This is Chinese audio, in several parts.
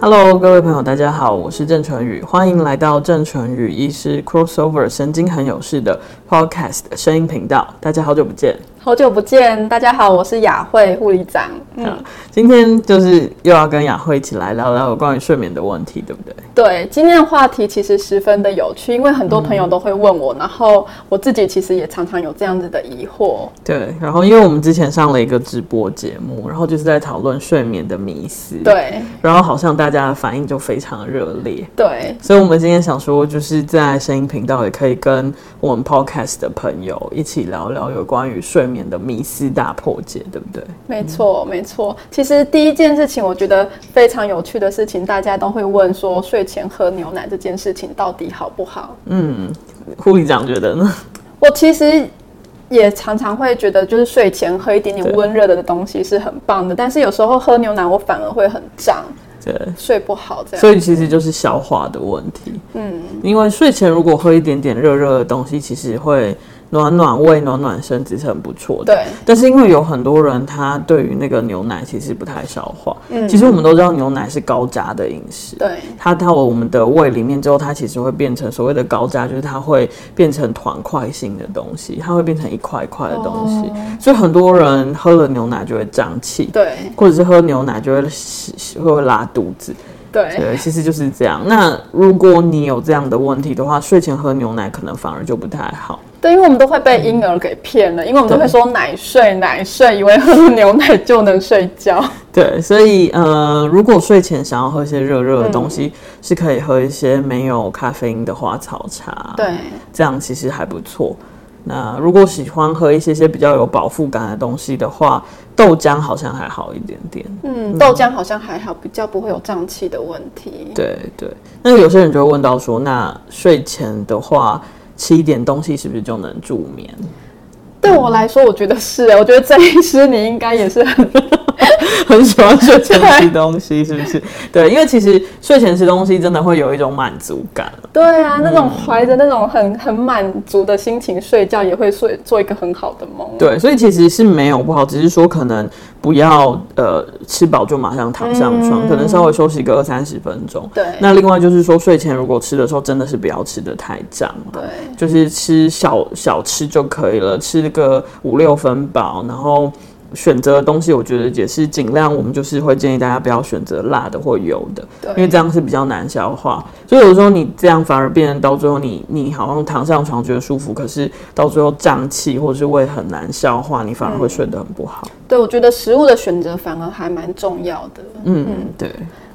Hello，各位朋友，大家好，我是郑淳宇，欢迎来到郑淳宇医师 Crossover 神经很有事的 Podcast 声音频道。大家好久不见，好久不见，大家好，我是雅慧护理长。嗯，今天就是又要跟雅慧一起来聊聊有关于睡眠的问题，对不对？对，今天的话题其实十分的有趣，因为很多朋友都会问我，然后我自己其实也常常有这样子的疑惑。对，然后因为我们之前上了一个直播节目，然后就是在讨论睡眠的迷思，，对然后好像大家的反应就非常热烈，对所以，我们今天想说，就是在声音频道也可以跟我们 podcast 的朋友一起聊聊有关于睡眠的迷思大破解，对不对？没错，没错。其实第一件事情，我觉得非常有趣的事情，大家都会问说，睡前喝牛奶这件事情到底好不好？嗯，护理长觉得呢？我其实也常常会觉得，就是睡前喝一点点对温热的东西是很棒的，但是有时候喝牛奶，我反而会很胀，对，睡不好这样。所以其实就是消化的问题。嗯，因为睡前如果喝一点点热热的东西，其实会暖暖胃、暖暖身子是很不错的。对但是因为有很多人他对于那个牛奶其实不太消化，嗯，其实我们都知道牛奶是高渣的饮食，对它到我们的胃里面之后，它其实会变成所谓的高渣，就是它会变成团块性的东西，它会变成一块一块的东西，所以很多人喝了牛奶就会胀气，对或者是喝牛奶就会洗洗会拉肚子，对对，其实就是这样。那如果你有这样的问题的话，睡前喝牛奶可能反而就不太好。对，因为我们都会被婴儿给骗了，因为我们都会说奶睡奶睡，以为喝了牛奶就能睡觉。对，所以呃，如果睡前想要喝一些热热的东西，是可以喝一些没有咖啡因的花草茶。对这样其实还不错。那如果喜欢喝一些些比较有饱腹感的东西的话，豆浆好像还好一点点。嗯，豆浆好像还好，比较不会有胀气的问题。对对，那有些人就会问到说，那睡前的话吃一点东西是不是就能助眠？ 对我来说，我觉得是，我觉得郑医师你应该也是很 很喜欢睡前吃东西，是不是？对，因为其实睡前吃东西真的会有一种满足感。对啊，那种怀着那种很很满足的心情睡觉，也会睡做一个很好的梦。对，所以其实是没有不好，只是说可能不要呃吃饱就马上躺上床，可能稍微休息个二三十分钟。对那另外就是说，睡前如果吃的时候，真的是不要吃的太胀了，对就是吃小小吃就可以了，吃个五六分饱，然后。选择的东西，我觉得也是尽量，我们就是会建议大家不要选择辣的或油的，对因为这样是比较难消化。所以有时候你这样反而变成到最后你，你好像躺上床觉得舒服，可是到最后胀气或者是胃很难消化，你反而会睡得很不好。对，我觉得食物的选择反而还蛮重要的。嗯，对。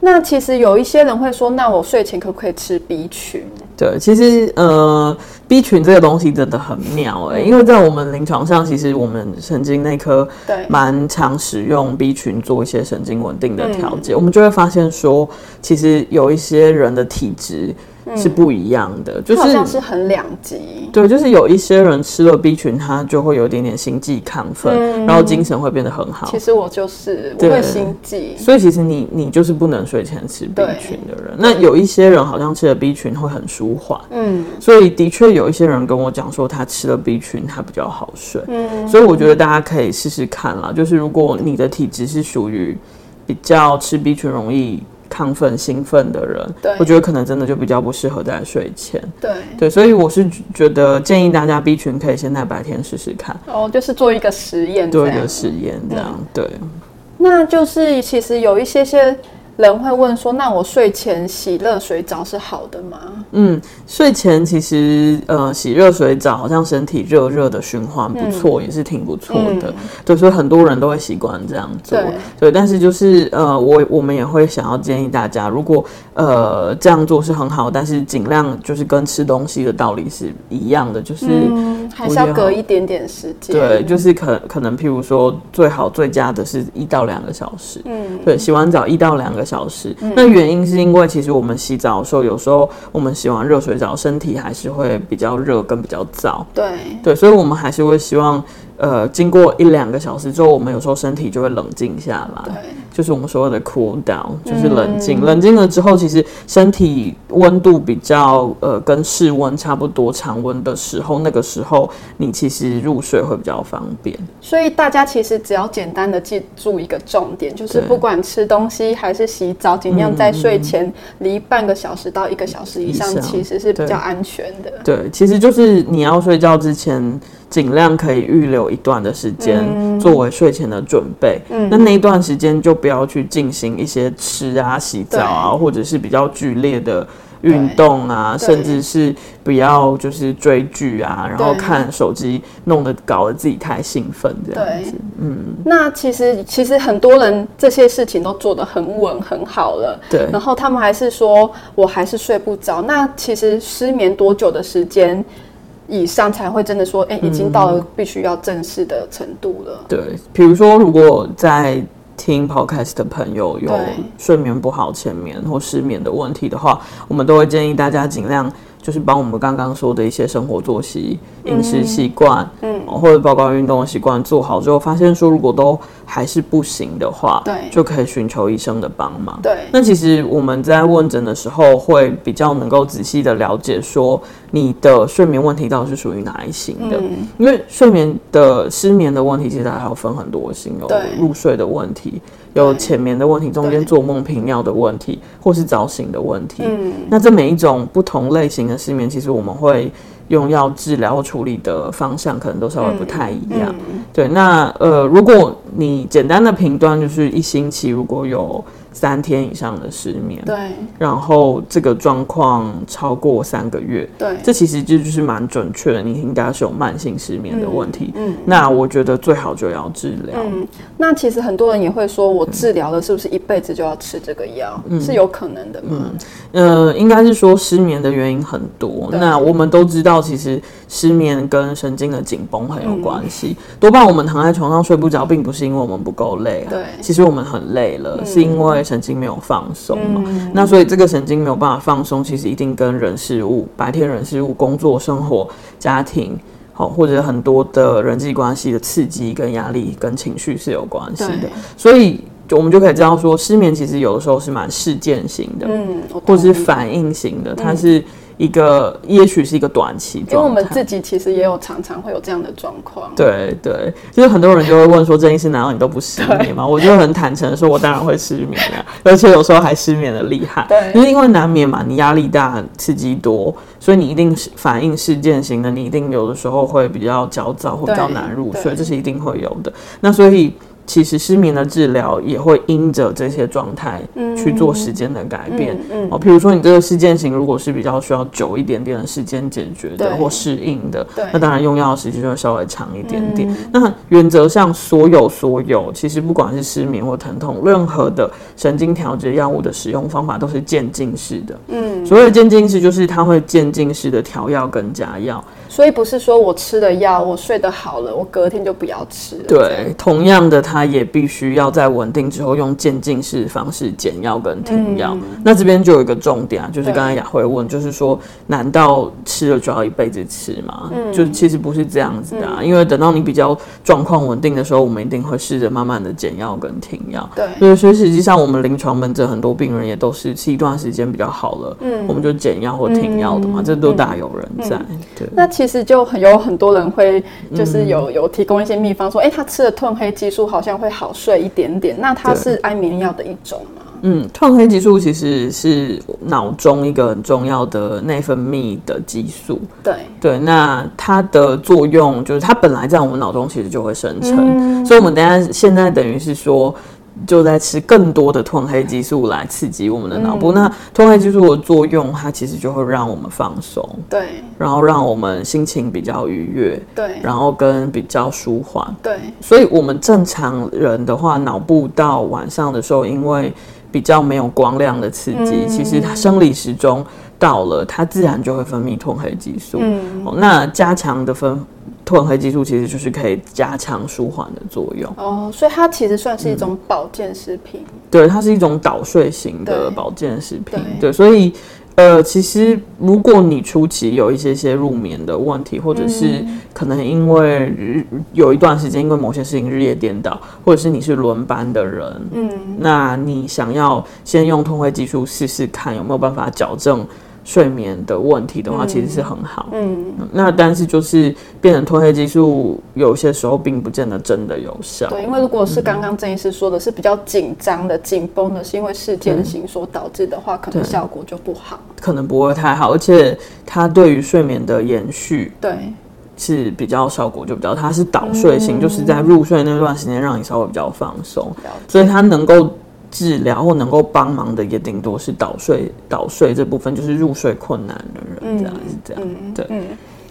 那其实有一些人会说，那我睡前可不可以吃 B 群？对，其实呃，B 群这个东西真的很妙哎、因为在我们临床上，其实我们神经内科对蛮常使用 B 群做一些神经稳定的调节，我们就会发现说，其实有一些人的体质是不一样的，就嗯好是像是很两极。对，就是有一些人吃了 B 群，他就会有一点点心悸亢奋，然后精神会变得很好嗯其。实我就是我对会心悸，所以其实你你就是不能睡前吃 B 对群的人。那有一些人好像吃了 B 群会很舒缓，嗯，所以的确有一些人跟我讲说，他吃了 B 群他比较好睡。嗯，所以我觉得大家可以试试看啦。就是如果你的体质是属于比较吃 B 群容易亢奋兴奋的人，对我觉得可能真的就比较不适合在睡前。对，对，所以我是觉得建议大家 B 群可以先在白天试试看，哦，就是做一个实验这做一样个。实验，这样、嗯对。那就是其实有一些些人会问说，那我睡前洗热水澡是好的吗？嗯，睡前其实呃洗热水澡，好像身体热热的循环不嗯错，也是挺不错的。对，所以很多人都会习惯这样做。对但是就是呃，我我们也会想要建议大家，如果呃这样做是很好，但是尽量就是跟吃东西的道理是一样的，就是。嗯，还是要隔一点点时间。对，就是可可能，譬如说，最好最佳的是一到两个小时。嗯，对，洗完澡一到两个小时。那原因是因为其实我们洗澡的时候，有时候我们洗完热水澡，身体还是会比较热跟比较燥。对对，所以我们还是会希望呃，经过一两个小时之后，我们有时候身体就会冷静下来，就是我们所谓的 cool down，就是冷静。冷静了之后，其实身体温度比较呃跟室温差不多，常温的时候，那个时候你其实入睡会比较方便。所以大家其实只要简单的记住一个重点，就是对嗯不管吃东西还是洗澡，尽量在睡前离半个小时到一个小时以上以，上其实是比对较安全的。对，其实就是你要睡觉之前，尽量可以预留一段的时间、嗯作为睡前的准备。那那一段时间就不要去进行一些吃啊、洗澡啊，或者是比较剧烈的运动啊，对甚至是不要就是追剧啊，然后对看手机，弄得搞得自己太兴奋这样对子。，嗯那其实其实很多人这些事情都做得很稳很好了，对然后他们还是说我还是睡不着。那其实失眠多久的时间以上才会真的说，哎、已经到了必须要正视的程度了？对，比如说如果在听 podcast 的朋友有对睡眠不好、浅眠或失眠的问题的话，我们都会建议大家尽量就是帮我们刚刚说的一些生活作息、饮食习惯，嗯，或者包括运动的习惯做好之后，发现说如果都还是不行的话，对就可以寻求医生的帮忙。对那其实我们在问诊的时候，会比较能够仔细的了解说你的睡眠问题到底是属于哪一型的，因为睡眠的失眠的问题其实还有分很多型，对有入睡的问题，有浅眠的问题，中间做梦频尿的问题，或是早醒的问题。嗯，那这每一种不同类型的失眠，其实我们会用药治疗或处理的方向可能都稍微不太一嗯样。对，那呃，如果你简单的评断就是一星期如果有三天以上的失眠，对然后这个状况超过三个月，对这其实这就是蛮准确的，你应该是有慢性失眠的问题。嗯，那我觉得最好就要治疗。嗯那其实很多人也会说，我治疗了是不是一辈子就要吃这个药？嗯是有可能的吗？呃，应该是说失眠的原因很多。对那我们都知道，其实失眠跟神经的紧绷很有嗯关系。多半我们躺在床上睡不着，并不是因为我们不够累，对其实我们很累了，嗯是因为神经没有放松嘛。那所以这个神经没有办法放松，其实一定跟人事物、白天人事物、工作、生活、家庭。好，或者很多的人际关系的刺激跟压力跟情绪是有关系的对，所以就我们就可以知道说，失眠其实有的时候是蛮事件型的，嗯，我或是同意反应型的，它是一个，也许是一个短期因为我状态。们自己其实也有常常会有这样的状况。对对，就是很多人就会问说，郑医师难道你都不失眠吗？我就很坦诚地说，我当然会失眠啊，而且有时候还失眠的厉害。对就是因为难免嘛，你压力大，刺激多，所以你一定是反应事件型的，你一定有的时候会比较焦躁，会比较对难入对睡，这是一定会有的。那所以。其实失眠的治疗也会因着这些状态去做时间的改变，嗯，哦，比如说你这个事件型如果是比较需要久一点点的时间解决的对或适应的对，那当然用药的时间就会稍微长一点点。那原则上，所有所有，其实不管是失眠或疼痛，任何的神经调节药物的使用方法都是渐进式的。嗯，所谓的渐进式就是它会渐进式的调药跟加药。所以不是说我吃了药，我睡得好了，我隔天就不要吃了。这样对，同样的，它也必须要在稳定之后用渐进式的方式减药跟停药。那这边就有一个重点啊，就是嗯对刚才雅慧问，就是说，难道吃了就要一辈子吃吗？嗯就其实不是这样子的、啊，因为等到你比较状况稳定的时候，我们一定会试着慢慢的减药跟停药。对对，所以实际上我们临床门诊很多病人也都是吃一段时间比较好了，嗯我们就减药或停药的嘛，这都大有人在。对。那其实就很有很多人会，就是有、有提供一些秘方说，哎、他吃了褪黑激素好像会好睡一点点。那它是安眠药的一种吗？嗯，褪黑激素其实是脑中一个很重要的内分泌的激素。对，对，那它的作用就是它本来在我们脑中其实就会生成，所以我们等一下现在等于是说。就在吃更多的褪黑激素来刺激我们的脑部。那褪黑激素的作用，它其实就会让我们放松，对，然后让我们心情比较愉悦，对，然后跟比较舒缓。对，所以我们正常人的话，脑部到晚上的时候，因为比较没有光亮的刺激，其实它生理时钟到了，它自然就会分泌褪黑激素。嗯哦那加强的分褪黑激素其实就是可以加强舒缓的作用。哦，所以它其实算是一种保健食品。对，它是一种导睡型的对保健食品。对对，所以呃，其实如果你初期有一些些入眠的问题，或者是嗯可能因为日有一段时间因为某些事情日夜颠倒，或者是你是轮班的人，嗯，那你想要先用通会技术试试看有没有办法矫正睡眠的问题的话，其实是很好。嗯，那但是就是变成褪黑激素，有些时候并不见得真的有效。对，因为如果是刚刚郑医师说的是比较紧张的、紧绷的，是因为事件型所导致的话，可能对效果就不好。可能不会太好，而且它对于睡眠的延续对，是比较效果就比较，它是导睡型，就是在入睡那段时间让你稍微比较放松，了解所以它能够治疗或能够帮忙的也顶多是导睡导睡这部分，就是入睡困难的人这样是这样。对，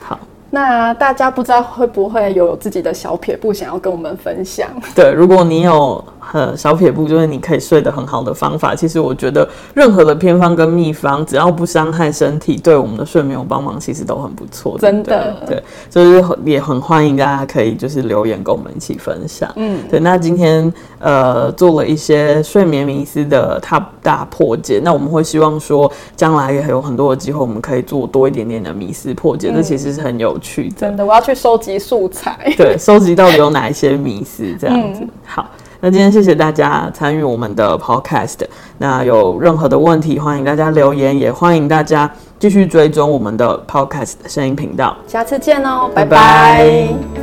好，嗯那大家不知道会不会有自己的小撇步想要跟我们分享？对，如果你有呃小撇步，就是你可以睡得很好的方法，其实我觉得任何的偏方跟秘方，只要不伤害身体，对我们的睡眠有帮忙，其实都很不错。对不对真的对，就是很也很欢迎大家可以就是留言跟我们一起分享。嗯，对，那今天呃做了一些睡眠迷思的大大破解，那我们会希望说将来也还有很多的机会，我们可以做多一点点的迷思破解，这其实是很有趣的。嗯真的， 我要去收集素材。 对，收集到底有哪一些迷思这样子。好，那今天谢谢大家参与我们的 podcast。那有任何的问题，欢迎大家留言，也欢迎大家继续追踪我们的 podcast 声音频道。下次见哦，拜拜拜拜